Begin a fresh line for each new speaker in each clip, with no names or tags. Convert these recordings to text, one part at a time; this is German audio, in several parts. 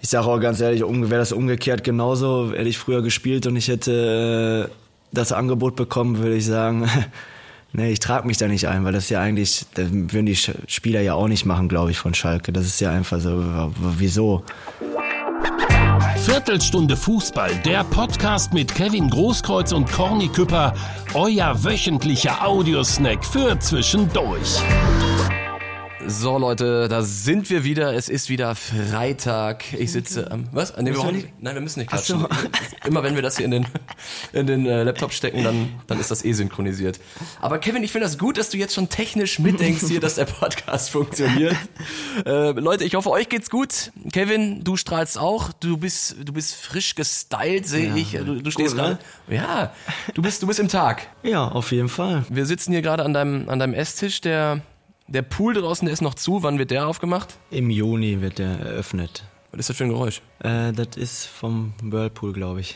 ich sage auch ganz ehrlich, wäre das umgekehrt genauso, hätte ich früher gespielt und ich hätte äh, das Angebot bekommen, würde ich sagen, nee, ich trage mich da nicht ein, weil das ja eigentlich, das würden die Spieler ja auch nicht machen, glaube ich, von Schalke. Das ist ja einfach so, wieso?
Viertelstunde Fußball, der Podcast mit Kevin Großkreuz und Corny Küpper, euer wöchentlicher Audiosnack für zwischendurch.
So Leute, da sind wir wieder. Es ist wieder Freitag. Ich sitze am ähm, was? Nee, wir nicht? Nein, wir müssen nicht klatschen. So. Immer wenn wir das hier in den in den äh, Laptop stecken, dann dann ist das eh synchronisiert. Aber Kevin, ich finde das gut, dass du jetzt schon technisch mitdenkst hier, dass der Podcast funktioniert. Äh, Leute, ich hoffe, euch geht's gut. Kevin, du strahlst auch. Du bist du bist frisch gestylt, sehe ja, ich. Du, du stehst gerade. Ne? Ja, du bist du bist im Tag.
Ja, auf jeden Fall.
Wir sitzen hier gerade an deinem an deinem Esstisch, der der Pool draußen, der ist noch zu. Wann wird der aufgemacht?
Im Juni wird der eröffnet.
Was ist das für ein Geräusch?
Äh, das ist vom Whirlpool, glaube ich.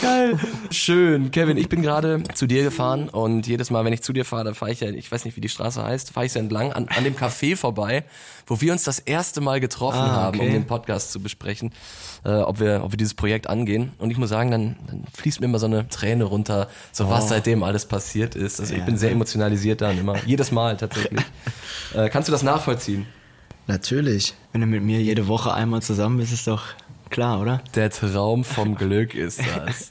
Geil. Schön. Kevin, ich bin gerade zu dir gefahren und jedes Mal, wenn ich zu dir fahre, dann fahre ich ja, ich weiß nicht, wie die Straße heißt, fahre ich ja entlang an, an dem Café vorbei, wo wir uns das erste Mal getroffen ah, haben, okay. um den Podcast zu besprechen, äh, ob, wir, ob wir dieses Projekt angehen. Und ich muss sagen, dann, dann fließt mir immer so eine Träne runter, so oh. was seitdem alles passiert ist. Also ich bin sehr emotionalisiert dann immer, jedes Mal tatsächlich. Äh, kannst du das nachvollziehen?
Natürlich. Wenn du mit mir jede Woche einmal zusammen bist, ist doch Klar, oder?
Der Traum vom Glück ist das.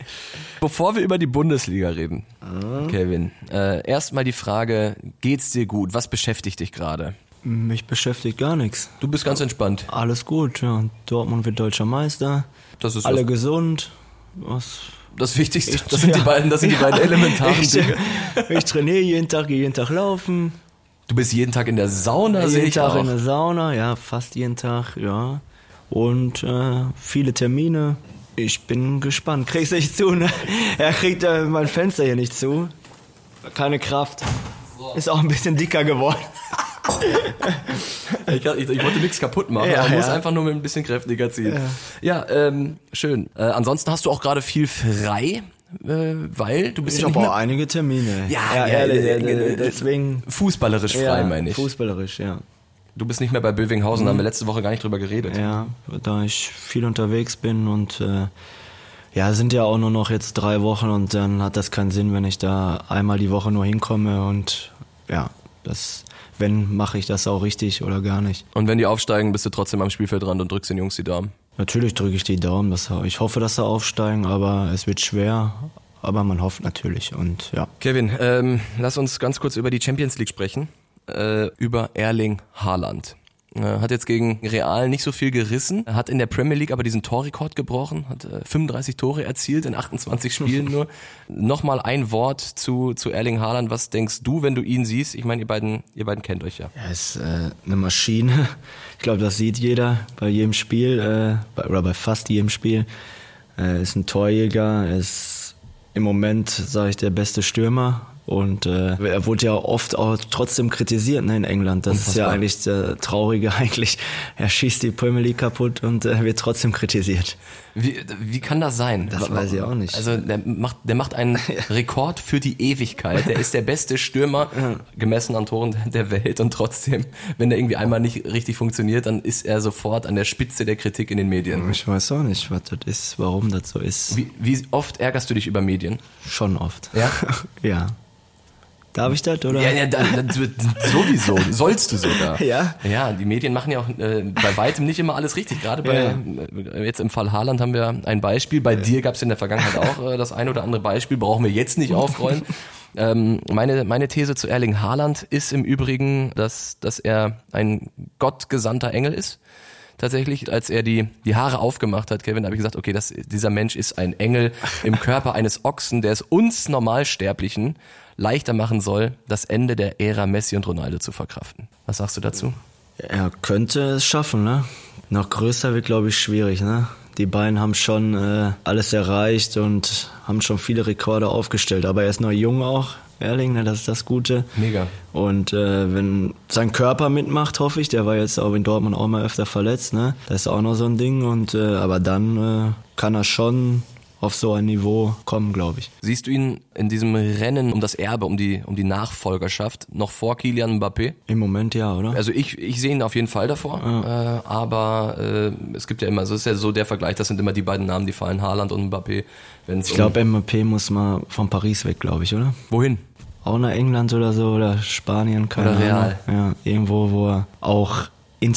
Bevor wir über die Bundesliga reden, ah. Kevin, äh, erstmal die Frage, geht's dir gut? Was beschäftigt dich gerade?
Mich beschäftigt gar nichts.
Du bist ganz entspannt.
Alles gut, ja. Dortmund wird deutscher Meister. Das ist Alle was. gesund.
Was? Das Wichtigste, ich, das sind ja. die beiden, das sind ja. die beiden elementaren
ich,
Dinge.
Ich trainiere jeden Tag, gehe jeden Tag laufen.
Du bist jeden Tag in der Sauna,
jeden
sehe ich
Tag
auch.
in der Sauna, ja, fast jeden Tag, ja und äh, viele Termine. Ich bin gespannt. Kriegst nicht zu, ne? Er kriegt äh, mein Fenster hier nicht zu. Keine Kraft. Ist auch ein bisschen dicker geworden.
ich, ich, ich, wollte nichts kaputt machen, ja, man ja. muss einfach nur mit ein bisschen kräftiger ziehen. Ja, ja ähm, schön. Äh, ansonsten hast du auch gerade viel frei äh, weil du bist
ich
ja
habe auch einige Termine.
Ja, ja, ja,
deswegen
fußballerisch frei meine ich.
Fußballerisch, ja.
Du bist nicht mehr bei Bövinghausen, mhm. haben wir letzte Woche gar nicht drüber geredet.
Ja, da ich viel unterwegs bin und äh, ja, sind ja auch nur noch jetzt drei Wochen und dann hat das keinen Sinn, wenn ich da einmal die Woche nur hinkomme und ja, das, wenn, mache ich das auch richtig oder gar nicht.
Und wenn die aufsteigen, bist du trotzdem am Spielfeldrand und drückst den Jungs die Daumen?
Natürlich drücke ich die Daumen, dass, ich hoffe, dass sie aufsteigen, aber es wird schwer aber man hofft natürlich und ja.
Kevin, ähm, lass uns ganz kurz über die Champions League sprechen, äh, über Erling Haaland. Äh, hat jetzt gegen Real nicht so viel gerissen, hat in der Premier League aber diesen Torrekord gebrochen, hat äh, 35 Tore erzielt in 28 Spielen nur. Nochmal ein Wort zu, zu Erling Haaland. Was denkst du, wenn du ihn siehst? Ich meine, ihr beiden, ihr beiden kennt euch ja.
Er ist äh, eine Maschine. Ich glaube, das sieht jeder bei jedem Spiel äh, bei, oder bei fast jedem Spiel. Er ist ein Torjäger, er ist im Moment, sage ich, der beste Stürmer. Und äh, er wurde ja oft auch trotzdem kritisiert ne, in England. Das Unfassbar. ist ja eigentlich der Traurige eigentlich. Er schießt die Premier League kaputt und äh, wird trotzdem kritisiert.
Wie, wie kann das sein?
Das weiß ich auch nicht.
Also der macht, der macht einen Rekord für die Ewigkeit. Der ist der beste Stürmer gemessen an Toren der Welt und trotzdem, wenn der irgendwie einmal nicht richtig funktioniert, dann ist er sofort an der Spitze der Kritik in den Medien.
Ich weiß auch nicht, was das ist, warum das so ist.
Wie, wie oft ärgerst du dich über Medien?
Schon oft.
Ja.
ja. Darf ich das, oder?
Ja, ja da, da, sowieso. Sollst du sogar.
Ja.
Ja, die Medien machen ja auch äh, bei weitem nicht immer alles richtig. Gerade bei, ja. jetzt im Fall Haaland haben wir ein Beispiel. Bei ja. dir gab es in der Vergangenheit auch äh, das ein oder andere Beispiel. Brauchen wir jetzt nicht aufrollen. ähm, meine, meine These zu Erling Haaland ist im Übrigen, dass, dass er ein gottgesandter Engel ist tatsächlich, als er die, die Haare aufgemacht hat, Kevin, habe ich gesagt, okay, das, dieser Mensch ist ein Engel im Körper eines Ochsen, der es uns Normalsterblichen leichter machen soll, das Ende der Ära Messi und Ronaldo zu verkraften. Was sagst du dazu?
Er könnte es schaffen, ne? Noch größer wird, glaube ich, schwierig, ne? Die beiden haben schon äh, alles erreicht und haben schon viele Rekorde aufgestellt. Aber er ist noch jung auch, Erling, ne, das ist das Gute.
Mega.
Und äh, wenn sein Körper mitmacht, hoffe ich, der war jetzt auch in Dortmund auch mal öfter verletzt, ne? Das ist auch noch so ein Ding. Und äh, aber dann äh, kann er schon auf so ein Niveau kommen, glaube ich.
Siehst du ihn in diesem Rennen um das Erbe, um die, um die Nachfolgerschaft noch vor Kilian Mbappé?
Im Moment ja, oder?
Also ich, ich sehe ihn auf jeden Fall davor, äh, aber äh, es gibt ja immer, also es ist ja so der Vergleich, das sind immer die beiden Namen, die fallen, Haaland und Mbappé. Wenn's
Ich glaube, Mbappé muss mal von Paris weg, glaube ich, oder?
um, wohin?
Auch nach England oder so oder Spanien, keine
Oder Real.
Ahnung. Ja, irgendwo, wo er auch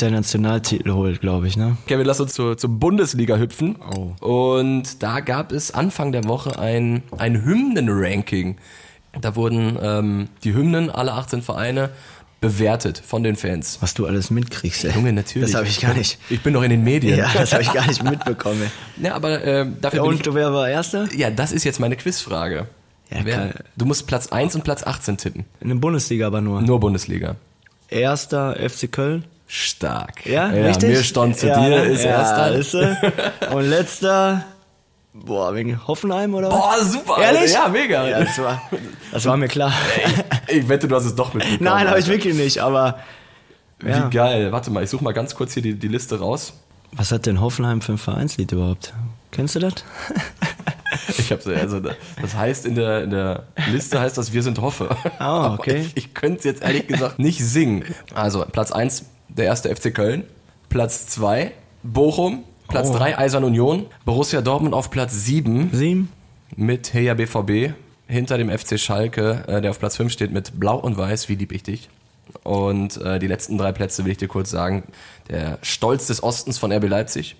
Internationaltitel holt, glaube ich, ne?
Kevin, lass uns zur, zur Bundesliga hüpfen.
Oh.
Und da gab es Anfang der Woche ein, ein Hymnen-Ranking. Da wurden ähm, die Hymnen aller 18 Vereine bewertet von den Fans.
Was du alles mitkriegst, ey.
Junge, natürlich.
Das habe ich gar nicht.
Ich bin doch in den Medien.
Ja, das habe ich gar nicht mitbekommen. ey.
Ja, aber ähm, dafür
Ja,
bin
und du, wer war Erster?
ich, ja, das ist jetzt meine Quizfrage.
Ja,
Wer,
klar.
du musst Platz 1 und Platz 18 tippen.
In der Bundesliga aber nur.
Nur Bundesliga.
Erster FC Köln.
Stark.
Ja, richtig?
Mir stand zu
Ja, ne?
dir, ist
ja,
erster.
Ist er. Und letzter, boah, wegen Hoffenheim oder was?
Boah, super.
Ehrlich?
Ja, mega.
Ja, das, war, das war mir klar.
Ich wette, du hast es doch mitbekommen.
Nein, habe ich
Alter.
wirklich nicht, aber ja.
Wie geil. Warte mal, ich suche mal ganz kurz hier die, die Liste raus.
was hat denn Hoffenheim für ein Vereinslied überhaupt? Kennst du das?
Ich habe also da- das heißt in der, in der Liste heißt das wir sind Hoffe.
Ah, okay.
Aber Ich, ich könnte es jetzt ehrlich gesagt nicht singen. Also Platz 1 der erste FC Köln, Platz 2 Bochum, Platz
Oh.
3 Eisern Union, Borussia Dortmund auf Platz 7
Sieben?
mit Heja BVB hinter dem FC Schalke, äh, der auf Platz 5 steht mit Blau und Weiß, wie lieb ich dich. Und äh, die letzten drei Plätze will ich dir kurz sagen. Der Stolz des Ostens von RB Leipzig.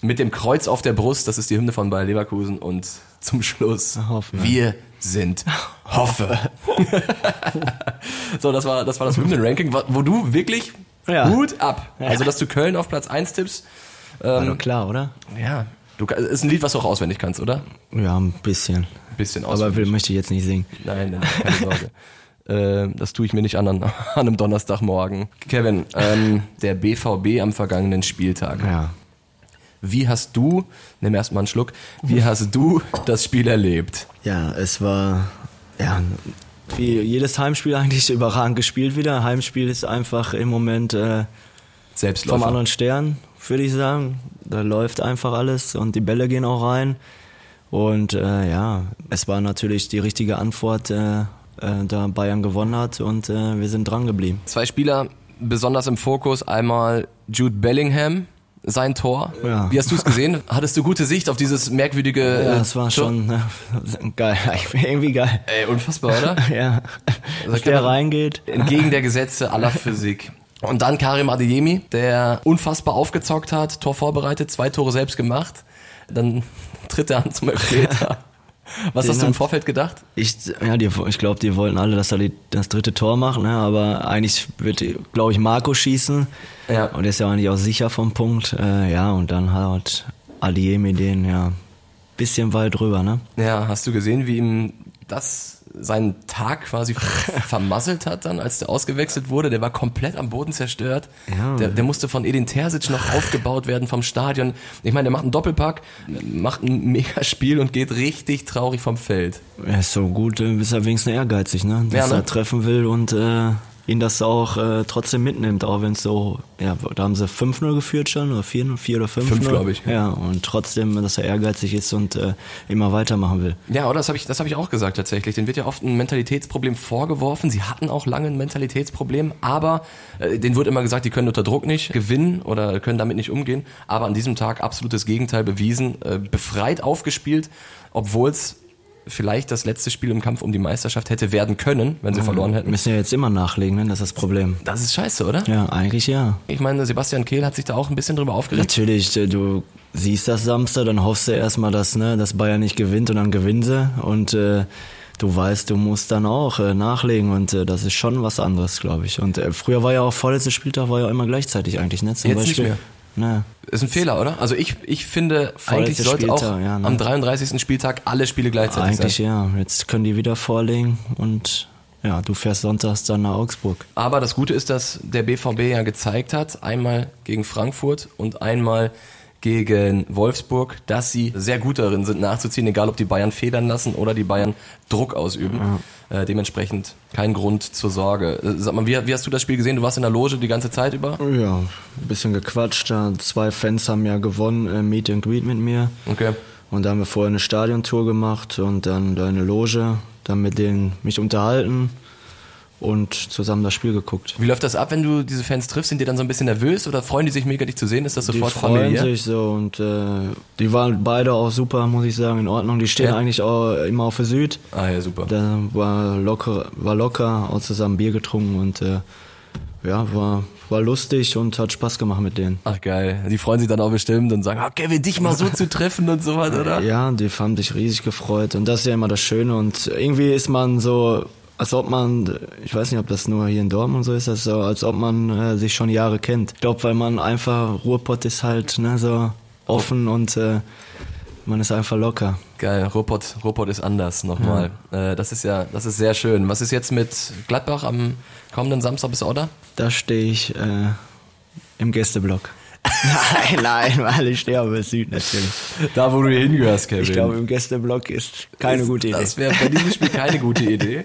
Mit dem Kreuz auf der Brust, das ist die Hymne von Bayer Leverkusen. Und zum Schluss,
Hoffenheim.
wir sind Hoffe. so, das war das, war das Hymnen-Ranking, wa- wo du wirklich
Ja.
Hut ab. Also, dass du Köln auf Platz 1 tippst.
War
Ähm,
doch klar, oder?
ja, du, ka- ist ein Lied, was du auch auswendig kannst, oder?
Ja, ein bisschen.
Ein bisschen auswendig.
Aber will, möchte ich jetzt nicht singen.
Nein, nein, nein, keine Sorge. Ähm, das tue ich mir nicht an, an an einem Donnerstagmorgen. Kevin, ähm, der BVB am vergangenen Spieltag.
Ja.
Wie hast du, nimm erstmal einen Schluck, wie hast du das Spiel erlebt?
Ja, es war ja, wie jedes Heimspiel eigentlich überragend gespielt wieder. Heimspiel ist einfach im Moment äh, vom
Selbstläufer.
anderen Stern, würde ich sagen. Da läuft einfach alles und die Bälle gehen auch rein. Und äh, ja, es war natürlich die richtige Antwort, äh, äh, da Bayern gewonnen hat und äh, wir sind dran geblieben.
Zwei Spieler besonders im Fokus. Einmal Jude Bellingham, sein Tor.
Ja.
Wie hast du es gesehen? Hattest du gute Sicht auf dieses merkwürdige
Ja,
äh,
das war
Tor?
schon ne, geil, irgendwie geil.
Ey, unfassbar, oder?
Ja,
Also
dass der reingeht.
entgegen der Gesetze aller Physik. Und dann Karim Adeyemi, der unfassbar aufgezockt hat, Tor vorbereitet, zwei Tore selbst gemacht. Dann tritt er an zum Elfmeter. Was
Den
hast du im
hat-
Vorfeld gedacht?
Ich, ja, die, ich glaube, die wollten alle, dass er die, das dritte Tor macht, ne? aber eigentlich wird, glaube ich, Marco schießen.
Ja.
Und ist ja eigentlich auch sicher vom Punkt. Äh, ja, und dann hat Adiemi den, ja, bisschen weit drüber, ne?
Ja, hast du gesehen, wie ihm das seinen Tag quasi vermasselt hat dann, als der ausgewechselt wurde? Der war komplett am Boden zerstört.
Ja.
Der, der musste von Edin Terzic noch aufgebaut werden vom Stadion. Ich meine, der macht einen Doppelpack, macht ein Megaspiel und geht richtig traurig vom Feld.
Er ist so gut, äh, ist er wenigstens ehrgeizig, ne? Dass
Ja, ne?
er treffen will und äh, ihn das auch äh, trotzdem mitnimmt, auch wenn es so, ja, da haben sie 5-0 geführt schon, oder 4-0, 4 oder 5-0.
Fünf, glaub ich.
Ja, und trotzdem, dass er ehrgeizig ist und äh, immer weitermachen will.
Ja, oder das habe ich, das hab ich auch gesagt tatsächlich. Den wird ja oft ein Mentalitätsproblem vorgeworfen. Sie hatten auch lange ein Mentalitätsproblem, aber äh, denen wird immer gesagt, die können unter Druck nicht gewinnen oder können damit nicht umgehen. Aber an diesem Tag absolutes Gegenteil bewiesen, äh, befreit aufgespielt, obwohl es vielleicht das letzte Spiel im Kampf um die Meisterschaft hätte werden können, wenn sie
Mhm.
verloren hätten.
Müssen ja jetzt immer nachlegen, ne? Das ist das Problem.
Das ist scheiße, oder?
Ja, eigentlich ja.
Ich meine, Sebastian Kehl hat sich da auch ein bisschen drüber aufgeregt.
Natürlich, äh, du siehst das Samstag, dann hoffst du erstmal, dass, ne, dass Bayern nicht gewinnt und dann gewinnen sie. Und äh, du weißt, du musst dann auch äh, nachlegen und äh, das ist schon was anderes, glaube ich. Und äh, früher war ja auch vorletzter Spieltag war ja immer gleichzeitig eigentlich, ne? Zum
Jetzt nicht mehr.
Ne.
Ist ein Fehler, oder? Also ich, ich finde, eigentlich
Vorletzter
sollte auch
Spieltag, ja, ne?
am 33. Spieltag alle Spiele gleichzeitig sein.
Eigentlich ja. Jetzt können die wieder vorlegen und ja, du fährst sonntags dann nach Augsburg.
Aber das Gute ist, dass der BVB ja gezeigt hat, einmal gegen Frankfurt und einmal gegen Wolfsburg, dass sie sehr gut darin sind, nachzuziehen, egal ob die Bayern federn lassen oder die Bayern Druck ausüben. Äh, dementsprechend kein Grund zur Sorge. Äh, sag mal, wie, wie hast du das Spiel gesehen? Du warst in der Loge die ganze Zeit über?
Ja, ein bisschen gequatscht. Zwei Fans haben ja gewonnen, äh, Meet and Greet mit mir.
Okay.
Und da haben wir vorher eine Stadiontour gemacht und dann da eine Loge, dann mit denen mich unterhalten und zusammen das Spiel geguckt.
Wie läuft das ab, wenn du diese Fans triffst? Sind die dann so ein bisschen nervös oder freuen die sich mega, dich zu sehen? Ist das sofort
die freuen
familiär?
sich so und äh, die waren beide auch super, muss ich sagen, in Ordnung. Die stehen
Ja.
eigentlich auch immer auf der Süd.
Ah ja, super.
Da war locker, war locker, auch zusammen Bier getrunken und äh, ja, war, war lustig und hat Spaß gemacht mit denen.
Ach geil. Die freuen sich dann auch bestimmt und sagen, ah, Kevin, dich mal so zu treffen und sowas, oder?
Ja, die haben sich riesig gefreut und das ist ja immer das Schöne und irgendwie ist man so, als ob man, ich weiß nicht, ob das nur hier in Dortmund so ist, das ist so, als ob man äh, sich schon Jahre kennt. Ich glaube, weil man einfach, Ruhrpott ist halt ne, so offen und äh, man ist einfach locker.
Geil, Ruhrpott, Ruhrpott ist anders nochmal. Äh, das ist ja, das ist sehr schön. Was ist jetzt mit Gladbach am kommenden Samstag bis Oder?
Da stehe ich äh, im Gästeblock. nein, nein, weil ich stehe aber Süd natürlich.
Da, wo du hingehörst, Kevin.
Ich glaube, im Gästeblock ist keine
Das-
gute Idee.
Das wäre bei diesem Spiel keine gute Idee,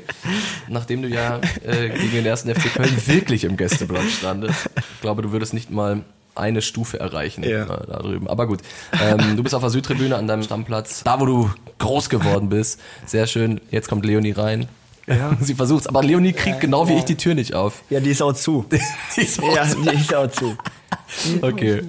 nachdem du ja äh, gegen den ersten FC Köln wirklich im Gästeblock standest. Ich glaube, du würdest nicht mal eine Stufe erreichen
Ja.
äh, da drüben. Aber gut, ähm, du bist auf der Südtribüne an deinem Stammplatz, da wo du groß geworden bist. Sehr schön. Jetzt kommt Leonie rein. Sie versucht's, aber Leonie kriegt genau wie ich die Tür nicht auf.
ja, die ist auch zu.
Die ist
ja, die ist auch zu.
Okay.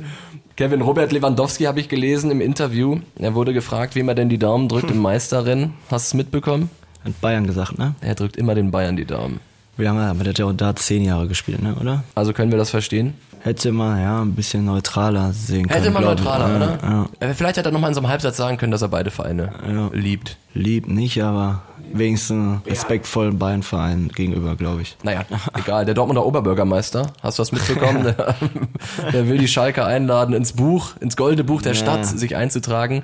Kevin, Robert Lewandowski habe ich gelesen im Interview. Er wurde gefragt, wem er denn die Daumen drückt im Meisterrennen. Hast du es mitbekommen?
Hat Bayern gesagt, ne?
Er drückt immer den Bayern die Daumen.
Wie lange hat er hat ja auch da zehn Jahre gespielt, ne, oder?
Also können wir das verstehen?
Hätte man ja ein bisschen neutraler sehen können.
Hätte man
glaub ich. ne?
neutraler,
ja,
oder? Aber Äh, Vielleicht hätte er nochmal in so einem Halbsatz sagen können, dass er beide Vereine
Ja.
liebt.
Lieb nicht, aber wenigstens respektvollen Bayern-Verein gegenüber, glaube ich.
Naja, egal. Der Dortmunder Oberbürgermeister, hast du das mitbekommen? Der, der will die Schalke einladen, ins Buch, ins Golde Buch der Stadt sich einzutragen.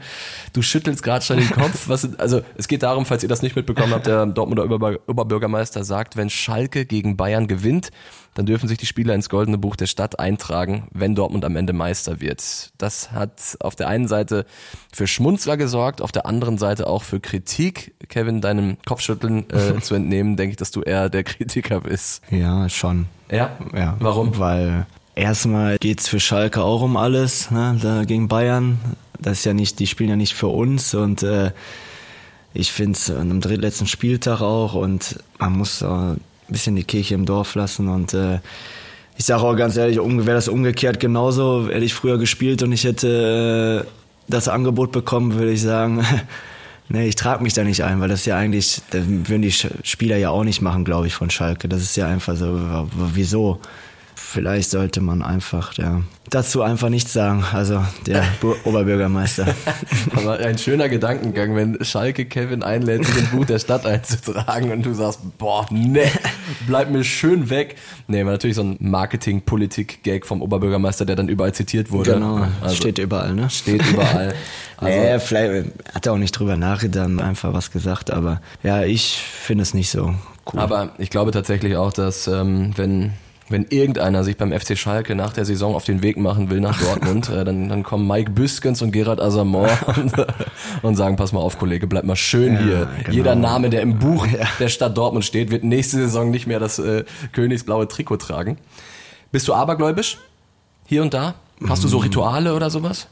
Du schüttelst gerade schon den Kopf. Was, also es geht darum, falls ihr das nicht mitbekommen habt, der Dortmunder Oberbür- Oberbürgermeister sagt, wenn Schalke gegen Bayern gewinnt, dann dürfen sich die Spieler ins Goldene Buch der Stadt eintragen, wenn Dortmund am Ende Meister wird. Das hat auf der einen Seite für Schmunzler gesorgt, auf der anderen Seite auch für Kritik. Kevin, deinem Kopfschütteln äh, zu entnehmen, denke ich, dass du eher der Kritiker bist.
Ja, schon.
Ja?
Ja.
Warum?
Weil erstmal geht's für Schalke auch um alles, ne? da gegen Bayern. Das ist ja nicht, die spielen ja nicht für uns und äh, ich finde es am drittletzten Spieltag auch und man muss äh, ein bisschen die Kirche im Dorf lassen und äh, ich sage auch ganz ehrlich, um, wäre das umgekehrt genauso, hätte ich früher gespielt und ich hätte äh, das Angebot bekommen, würde ich sagen, nee, ich trage mich da nicht ein, weil das ja eigentlich, das würden die Sch- Spieler ja auch nicht machen, glaube ich, von Schalke. Das ist ja einfach so, w- w- wieso? Vielleicht sollte man einfach ja, dazu einfach nichts sagen, also der Bu- Oberbürgermeister.
Aber ein schöner Gedankengang, wenn Schalke Kevin einlädt, sich im Buch der Stadt einzutragen und du sagst, boah, nee, bleib mir schön weg. Nee, war natürlich so ein Marketing-Politik-Gag vom Oberbürgermeister, der dann überall zitiert wurde.
Genau,
also, steht,
steht überall, ne?
überall. Also,
nee, vielleicht hat er auch nicht drüber nachgedacht, einfach was gesagt, aber ja, ich finde es nicht so cool.
Aber ich glaube tatsächlich auch, dass ähm, wenn wenn irgendeiner sich beim FC Schalke nach der Saison auf den Weg machen will nach Dortmund, äh, dann, dann kommen Mike Büskens und Gerard Asamoah und, äh, und sagen, pass mal auf, Kollege, bleib mal schön hier.
genau.
Jeder Name, der im Buch der Stadt Dortmund steht, wird nächste Saison nicht mehr das äh, königsblaue Trikot tragen. Bist du abergläubisch? Hier und da? Hast du so Rituale oder sowas?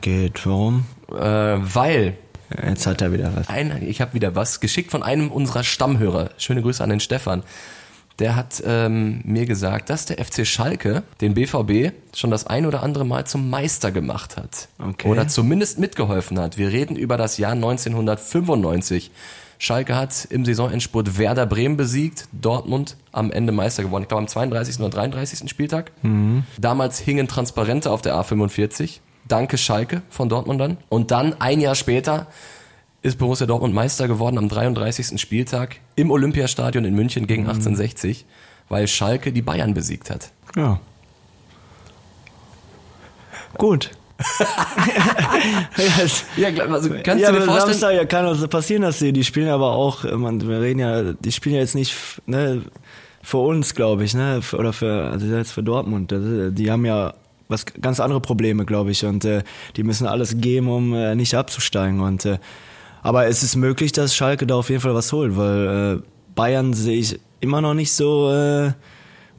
Geht, warum?
Mm. Äh, weil
Jetzt hat er wieder was.
ein, ich habe wieder was geschickt von einem unserer Stammhörer. Schöne Grüße an den Stefan. Der hat ähm, mir gesagt, dass der FC Schalke den BVB schon das ein oder andere Mal zum Meister gemacht hat.
Okay.
Oder zumindest mitgeholfen hat. Wir reden über das Jahr 1995. Schalke hat im Saisonendspurt Werder Bremen besiegt, Dortmund am Ende Meister geworden. Ich glaube am 32. oder 33. Spieltag. Damals hingen Transparente auf der A45. Danke Schalke von Dortmundern. Und dann ein Jahr später ist Borussia Dortmund Meister geworden am 33. Spieltag im Olympiastadion in München gegen
Mhm.
1860, weil Schalke die Bayern besiegt hat.
Ja. Gut. yes.
Ja, gl- also
Äh,
kannst
ja,
du
aber
dir vorstellen?
Samstag ja kann also passieren, dass sie die spielen, aber auch, äh, man, wir reden ja, die spielen ja jetzt nicht ne, für uns, glaube ich, ne, f- oder für, also jetzt für Dortmund. Das, ist- die haben ja was ganz andere Probleme, glaube ich, und äh, die müssen alles geben, um äh, nicht abzusteigen. Und äh, aber es ist möglich, dass Schalke da auf jeden Fall was holt, weil äh, Bayern sehe ich immer noch nicht so. Äh,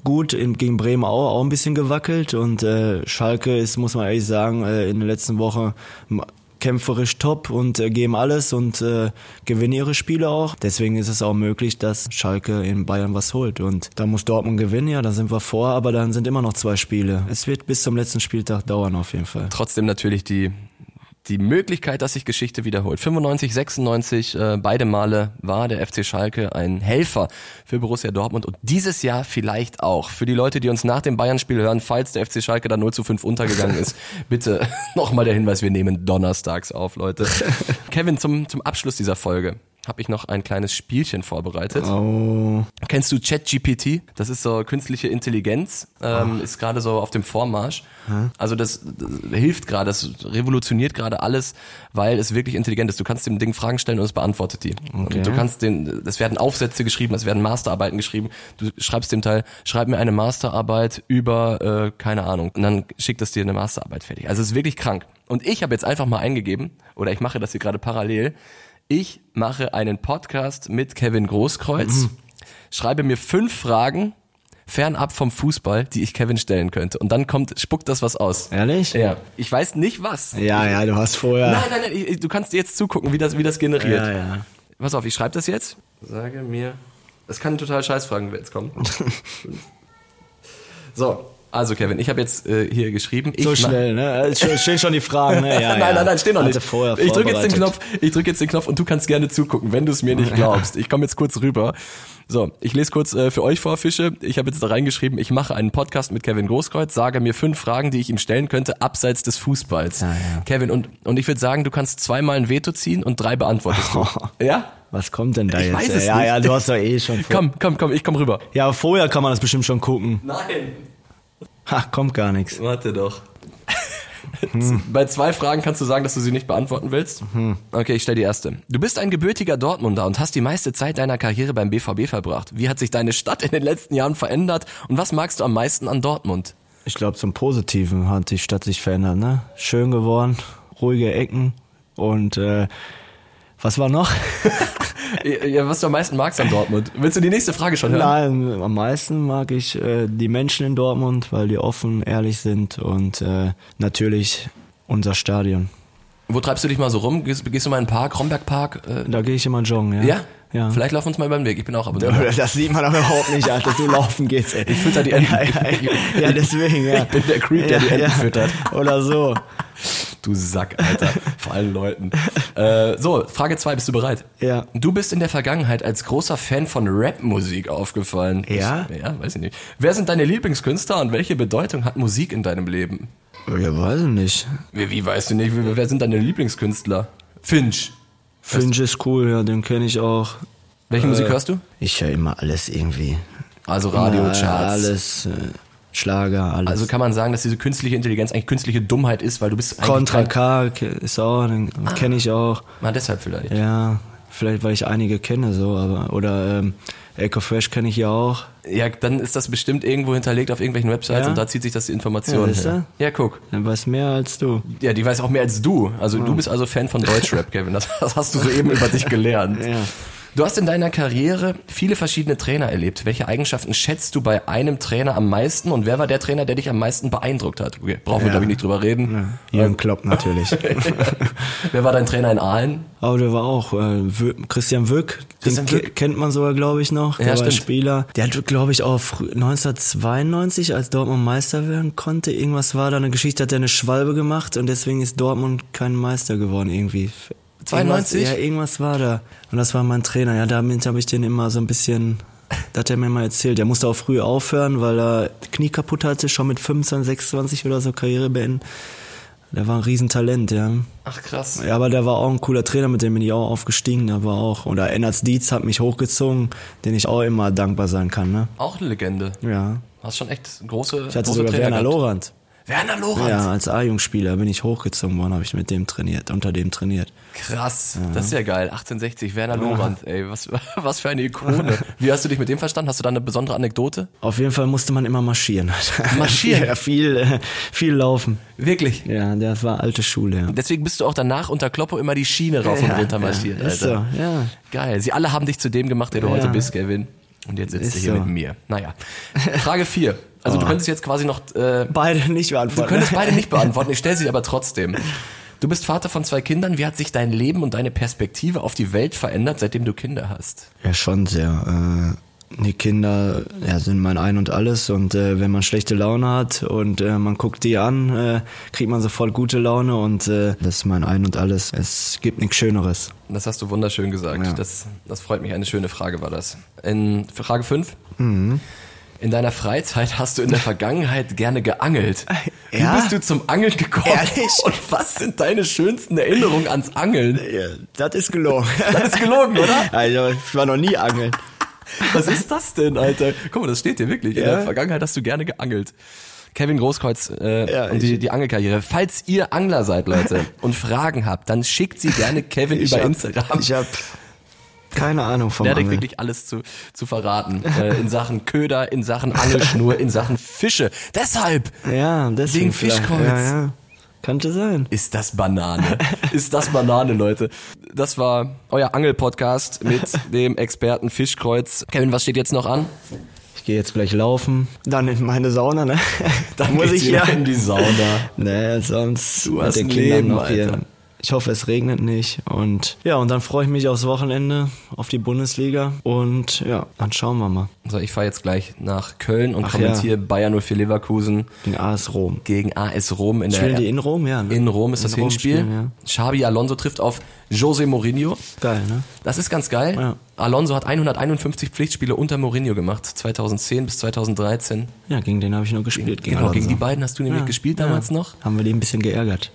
gut, in- gegen Bremen auch, auch ein bisschen gewackelt und äh, Schalke ist, muss man ehrlich sagen, äh, in der letzten Woche m- kämpferisch top und äh, geben alles und äh, gewinnen ihre Spiele auch. Deswegen ist es auch möglich, dass Schalke in Bayern was holt. Und da muss Dortmund gewinnen, ja, da sind wir vor, aber dann sind immer noch zwei Spiele. Es wird bis zum letzten Spieltag dauern auf jeden Fall.
Trotzdem natürlich die, die Möglichkeit, dass sich Geschichte wiederholt. 95, 96, äh, beide Male war der FC Schalke ein Helfer für Borussia Dortmund und dieses Jahr vielleicht auch. Für die Leute, die uns nach dem Bayern-Spiel hören, falls der FC Schalke da 0 zu 5 untergegangen ist, bitte nochmal der Hinweis, wir nehmen donnerstags auf, Leute. Kevin, zum, zum Abschluss dieser Folge habe ich noch ein kleines Spielchen vorbereitet.
Oh.
Kennst du ChatGPT? Das ist so künstliche Intelligenz, ähm, ist gerade so auf dem Vormarsch. Also das, das hilft gerade, das revolutioniert gerade alles, weil es wirklich intelligent ist. Du kannst dem Ding Fragen stellen und es beantwortet die. Und du kannst den, es werden Aufsätze geschrieben, es werden Masterarbeiten geschrieben. Du schreibst dem Teil, schreib mir eine Masterarbeit über, äh, keine Ahnung. Und dann schickt es dir eine Masterarbeit fertig. Also es ist wirklich krank. Und ich habe jetzt einfach mal eingegeben, oder ich mache das hier gerade parallel, ich mache einen Podcast mit Kevin Großkreuz,
Mhm.
schreibe mir fünf Fragen fernab vom Fußball, die ich Kevin stellen könnte. Und dann kommt, spuckt das was aus.
Ehrlich?
Ja. Ich weiß nicht was.
Ja, ja, du hast vorher.
Nein, nein, nein, ich, ich- du kannst dir jetzt zugucken, wie das, wie das generiert.
Ja, ja.
Pass auf, ich schreibe das jetzt. Sage mir. Es kann total Scheißfragen jetzt kommen. so, also Kevin, ich habe jetzt äh, hier geschrieben. Ich
So
ma- Ah,
schnell, ne? Es sch- Stehen schon die Fragen, ne? Ja, ja.
nein, nein, nein, steh noch
Hatte
nicht.
Vorher
Also ich drücke jetzt den
vorbereitet.
Knopf, ich drücke jetzt den Knopf und du kannst gerne zugucken, wenn du es mir nicht glaubst. Ich komme jetzt kurz rüber. So, ich lese kurz äh, für euch vor, Fische. Ich habe jetzt da reingeschrieben, ich mache einen Podcast mit Kevin Großkreuz, sage mir fünf Fragen, die ich ihm stellen könnte, abseits des Fußballs. Kevin, und, und ich würde sagen, du kannst zweimal ein Veto ziehen und drei beantwortest du. Ja?
Was kommt denn da
Ich
jetzt?
weiß es
ja,
nicht.
ja, du hast doch eh schon. Vor.
Komm, komm, komm, ich komm rüber.
Ja, vorher kann man das bestimmt schon gucken.
Nein.
Ha, kommt gar nichts.
Warte doch. Bei zwei Fragen kannst du sagen, dass du sie nicht beantworten willst. Okay, ich stelle die erste. Du bist ein gebürtiger Dortmunder und hast die meiste Zeit deiner Karriere beim BVB verbracht. Wie hat sich deine Stadt in den letzten Jahren verändert und was magst du am meisten an Dortmund?
Ich glaube, zum Positiven hat die Stadt sich verändert, ne? Schön geworden, ruhige Ecken und äh, was war noch?
Ja, was du am meisten magst an Dortmund? Willst du die nächste Frage schon hören?
Nein, am meisten mag ich äh, die Menschen in Dortmund, weil die offen, ehrlich sind und äh, natürlich unser Stadion.
Wo treibst du dich mal so rum? Gehst, gehst du mal in den Park, Romberg Park? Äh,
Da gehe ich immer joggen, ja?
ja?
Ja.
Vielleicht laufen wir uns mal über den Weg. Ich bin auch aber
Das sieht man doch überhaupt nicht, Alter, dass du laufen gehst, ey.
Ich fütter die Enten.
Ja, ja, ja. ja deswegen, ja.
Ich bin der Creep, der
ja,
die Enten
ja.
füttert.
Oder so.
Du Sack, Alter. Vor allen Leuten. Äh, so, Frage 2, bist du bereit?
Ja.
Du bist in der Vergangenheit als großer Fan von Rap-Musik aufgefallen.
Ja?
Ich, ja, weiß ich nicht. Wer sind deine Lieblingskünstler und welche Bedeutung hat Musik in deinem Leben?
Ja, weiß ich nicht.
Wie, wie weißt du nicht? Wie, wer sind deine Lieblingskünstler? Finch.
Finch ist cool, ja, den kenne ich auch.
Welche
Äh,
Musik hörst du?
Ich höre immer alles irgendwie.
Also
Ja,
Radiocharts.
Alles, äh, Schlager, alles.
also kann man sagen, dass diese künstliche Intelligenz eigentlich künstliche Dummheit ist, weil du bist eigentlich
Contra
kein-
K ist auch, den kenne ich auch.
Ah, deshalb vielleicht.
Ja, vielleicht weil ich einige kenne, so, aber. Oder ähm, Echo Fresh kenne ich ja auch.
Ja, dann ist das bestimmt irgendwo hinterlegt auf irgendwelchen Websites
Ja?
und da zieht sich das die Information
Ja, siehst
her. Ja, guck.
Dann weiß mehr als du.
Ja, die weiß auch mehr als du. Also du bist also Fan von Deutschrap, Kevin. Das, das hast du soeben über dich gelernt.
Ja.
Du hast in deiner Karriere viele verschiedene Trainer erlebt. Welche Eigenschaften schätzt du bei einem Trainer am meisten und wer war der Trainer, der dich am meisten beeindruckt hat? Okay, brauchen wir,
Ja.
glaube ich, nicht drüber reden. Ähm,
Jürgen Klopp natürlich.
Wer war dein Trainer in Aalen?
Aber der war auch äh, Wö- Christian Wück,
Christian
den ke-
Wück.
kennt man sogar, glaube ich, noch. Der
Ja,
war ein
stimmt.
Spieler. Der hat, glaube ich, auch frü- 1992, als Dortmund Meister werden konnte, irgendwas war da eine Geschichte, hat er eine Schwalbe gemacht und deswegen ist Dortmund kein Meister geworden irgendwie.
92?
Irgendwas, ja, irgendwas war da. Und das war mein Trainer. Ja, damit habe ich den immer so ein bisschen, das hat er mir mal erzählt. Der musste auch früh aufhören, weil er Knie kaputt hatte, schon mit 25, 26 oder so Karriere beenden. Der war ein Riesentalent, ja.
Ach krass.
Ja, aber der war auch ein cooler Trainer, mit dem bin ich auch aufgestiegen. Der war auch. Oder Ennards Dietz hat mich hochgezogen, den ich auch immer dankbar sein kann, ne?
Auch eine Legende.
Ja.
Hast schon echt große
Ich hatte
große
sogar Werner
gehabt.
Lorand.
Werner Lorand.
Ja, als A-Jugendspieler bin ich hochgezogen worden, habe ich mit dem trainiert, unter dem trainiert.
Krass, das ist ja geil. 1860, Werner Lorand, ey, was, was für eine Ikone. Wie hast du dich mit dem verstanden? Hast du da eine besondere Anekdote?
Auf jeden Fall musste man immer marschieren.
Marschieren?
ja, viel, äh, viel laufen.
Wirklich.
Ja, das war alte Schule, ja.
Deswegen bist du auch danach unter Kloppo immer die Schiene rauf und
Ja,
runter marschiert,
ja, ist
Alter.
so, ja.
Geil. Sie alle haben dich zu dem gemacht, der du
Ja.
heute bist, Kevin. Und jetzt sitzt
Ist
du hier
so. Oh.
mit mir. Naja. Frage 4. Also du könntest jetzt quasi noch. Äh,
Beide nicht
du
beantworten.
könntest beide nicht beantworten, ich stelle sie aber trotzdem. Du bist Vater von zwei Kindern. Wie hat sich dein Leben und deine Perspektive auf die Welt verändert, seitdem du Kinder hast?
Ja, schon sehr. Äh, die Kinder ja, sind mein Ein und Alles und äh, wenn man schlechte Laune hat und äh, man guckt die an, äh, kriegt man sofort gute Laune und äh, das ist mein Ein und Alles. Es gibt nichts Schöneres.
Das hast du wunderschön gesagt.
Ja.
Das, das freut mich. Eine schöne Frage war das. In Frage 5.
Mhm.
In deiner Freizeit hast du in der Vergangenheit gerne geangelt.
Ja?
Wie bist du zum Angeln gekommen?
Ehrlich?
Und was sind deine schönsten Erinnerungen ans Angeln?
Ja, das ist gelogen.
Das ist gelogen, oder?
Also, ich war noch nie angeln.
Was ist das denn, Alter? Guck mal, das steht hier wirklich. In
Ja.
der Vergangenheit hast du gerne geangelt. Kevin Großkreuz äh,
Ja,
und die,
ich-
die Angelkarriere. Falls ihr Angler seid, Leute, und Fragen habt, dann schickt sie gerne Kevin
Ich
über
hab-
Instagram.
Ich habe keine Ahnung vom
Der hat
Angeln.
wirklich alles zu, zu verraten. Äh, in Sachen Köder, in Sachen Angelschnur, in Sachen Fische. Deshalb
Ja, deswegen.
Wegen Fischkreuz.
vielleicht. Ja, ja. Könnte sein.
ist das Banane. Ist das Banane, Leute. Das war euer Angel-Podcast mit dem Experten Fischkreuz. Kevin, was steht jetzt noch an?
Ich gehe jetzt gleich laufen. Dann in meine Sauna, ne?
Dann geht's wieder in die Sauna.
Nee, Ne, sonst du
hast ein Leben, Alter.
Ich hoffe, es regnet nicht. Und ja, und dann freue ich mich aufs Wochenende, auf die Bundesliga. Und ja, dann schauen wir mal.
So, ich fahre jetzt gleich nach Köln und
Ach
kommentiere Bayern 04 Leverkusen
Gegen AS Rom.
gegen AS Rom in
Spielen
der
die in Rom, ja. Ne?
in Rom ist das
In Rom
Hinspiel.
spielen, ja.
Xabi Alonso trifft auf Jose Mourinho.
Geil, ne?
Das ist ganz geil.
Ja.
Alonso hat 151 Pflichtspiele unter Mourinho gemacht, 2010 bis 2013.
Ja, gegen den habe ich nur gespielt. Gegen
genau, gegen
Alonso.
die beiden hast du nämlich
Ja,
gespielt
ja.
damals noch.
Haben wir die ein bisschen geärgert.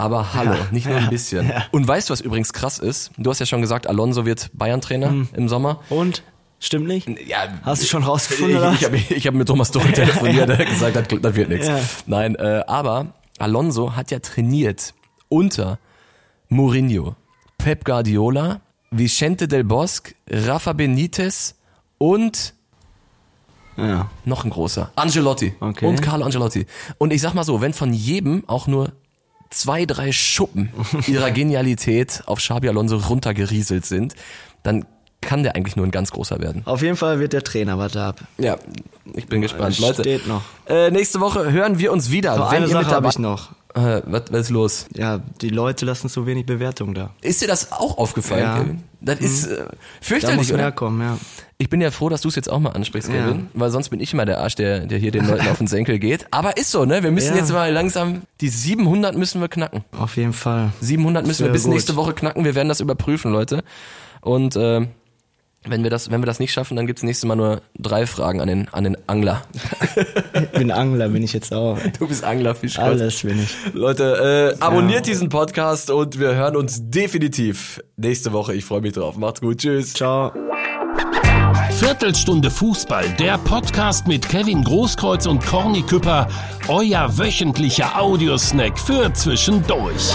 Aber hallo,
Ja,
nicht nur ein
ja,
bisschen.
ja.
Und weißt du, was übrigens krass ist? Du hast ja schon gesagt, Alonso wird Bayern-Trainer
Hm.
im Sommer.
Und? Stimmt nicht?
Ja,
Hast du schon rausgefunden? oder?
Ich, ich habe ich hab mit Thomas Tuchel telefoniert, der hat gesagt, das, das wird nichts.
Ja.
Nein, äh, aber Alonso hat ja trainiert unter Mourinho, Pep Guardiola, Vicente del Bosque, Rafa Benitez und
ja.
noch ein großer, Angelotti
Okay.
und Carlo Angelotti. Und ich sag mal so, wenn von jedem auch nur zwei, drei Schuppen ihrer Genialität auf Xabi Alonso runtergerieselt sind, dann kann der eigentlich nur ein ganz großer werden.
Auf jeden Fall wird der Trainer, warte ab.
Ja, ich bin gespannt.
Das
Leute,
steht noch.
Äh, nächste Woche hören wir uns wieder.
So,
Also Wenn
eine
ihr
Sache
mit
habe
dabei-
ich noch.
Äh, was, was ist los?
Ja, die Leute lassen zu wenig Bewertungen da.
Ist dir das auch aufgefallen,
Ja. Mhm.
Kevin? Das ist äh,
Da muss
fürchterlich,
mehr
oder?
kommen, ja.
Ich bin ja froh, dass du es jetzt auch mal ansprichst,
Ja.
Kevin, weil sonst bin ich immer der Arsch, der, der hier den Leuten auf den Senkel geht. Aber ist so, ne? Wir müssen
Ja.
jetzt mal langsam, die 700 müssen wir knacken.
Auf jeden Fall.
700 müssen wir
Sehr
bis
gut.
nächste Woche knacken. Wir werden das überprüfen, Leute. Und äh, wenn, wir das, wenn wir das nicht schaffen, dann gibt's nächstes Mal nur drei Fragen an den, an den Angler.
Ich bin Angler, bin ich jetzt auch.
Du bist Angler, Fischkreuz.
Alles bin ich.
Leute, äh, abonniert diesen Podcast und wir hören uns definitiv nächste Woche. Ich freue mich drauf. Macht's gut. Tschüss.
Ciao.
Viertelstunde Fußball, der Podcast mit Kevin Großkreuz und Corny Küpper, euer wöchentlicher Audiosnack für zwischendurch.